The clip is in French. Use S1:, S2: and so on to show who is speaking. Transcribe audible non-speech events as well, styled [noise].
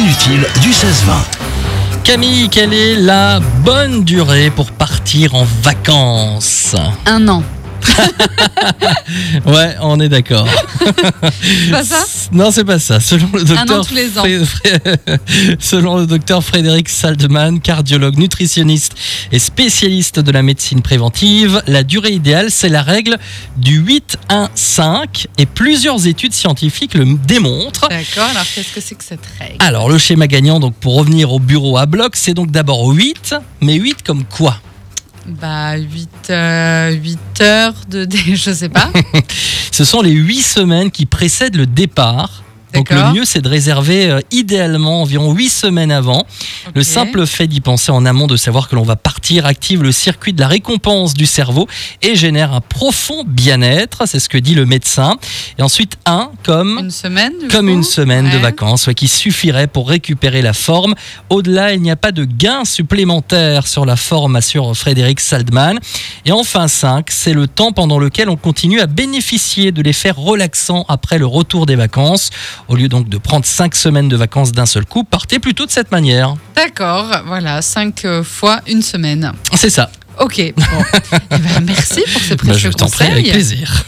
S1: facile du 16-20.
S2: Camille, quelle est la bonne durée pour partir en vacances
S3: Un an.
S2: Ouais, on est d'accord.
S3: Pas Bah, ça
S2: Non, c'est pas ça. Selon le
S3: Ah. Un
S2: docteur
S3: an tous les ans.
S2: Fré- Fré- [laughs] Selon le docteur Frédéric Saldeman, cardiologue, nutritionniste et spécialiste de la médecine préventive, la durée idéale, c'est la règle du 8-1-5 et plusieurs études scientifiques le démontrent.
S3: D'accord, alors qu'est-ce que c'est que cette règle
S2: Alors, le schéma gagnant, donc pour revenir au bureau à bloc, c'est donc d'abord 8, mais 8 comme quoi
S3: Bah, 8, heures de. dé- [laughs] Je sais pas.
S2: Ce sont les 8 semaines qui précèdent le départ. Donc le
S3: D'accord.
S2: mieux, c'est de réserver euh, idéalement environ 8 semaines avant. [laughs] Le
S3: Ok.
S2: simple fait d'y penser en amont, de savoir que l'on va partir, active le circuit de la récompense du cerveau et génère un profond bien-être, c'est ce que dit le médecin. Et ensuite, un comme...
S3: Une semaine du
S2: Comme
S3: coup
S2: une semaine de
S3: Ouais.
S2: vacances ouais, qui suffirait pour récupérer la forme. Au-delà, il n'y a pas de gain supplémentaire sur la forme, assure Frédéric Saldman. Et enfin 5, c'est le temps pendant lequel on continue à bénéficier de l'effet relaxant après le retour des vacances. Au lieu donc de prendre 5 semaines de vacances d'un seul coup, partez plutôt de cette manière.
S3: D'accord, voilà, 5 fois une semaine.
S2: C'est ça. [laughs]
S3: Ok, bon. Eh ben, merci pour ces
S2: Bah,
S3: précieux
S2: je t'en prie
S3: conseils.
S2: avec plaisir.